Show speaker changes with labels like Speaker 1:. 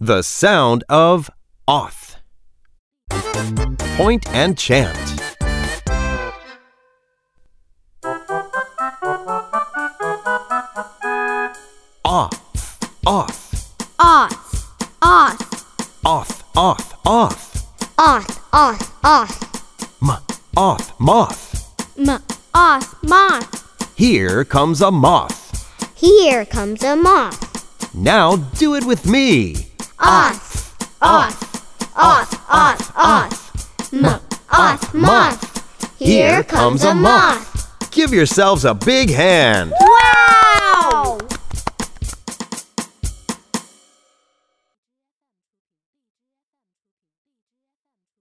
Speaker 1: The sound of off. Point and chant. Off, off,
Speaker 2: Off, off,
Speaker 1: off, off, off.
Speaker 2: off, off, off.
Speaker 1: M, off, moth.
Speaker 2: M, off, moth.
Speaker 1: Here comes a moth.
Speaker 2: Here comes a moth.
Speaker 1: Now do it with me.
Speaker 2: Off, off, off, off, off. M, off, moth. Here comes a moth.
Speaker 1: Give yourselves a big hand.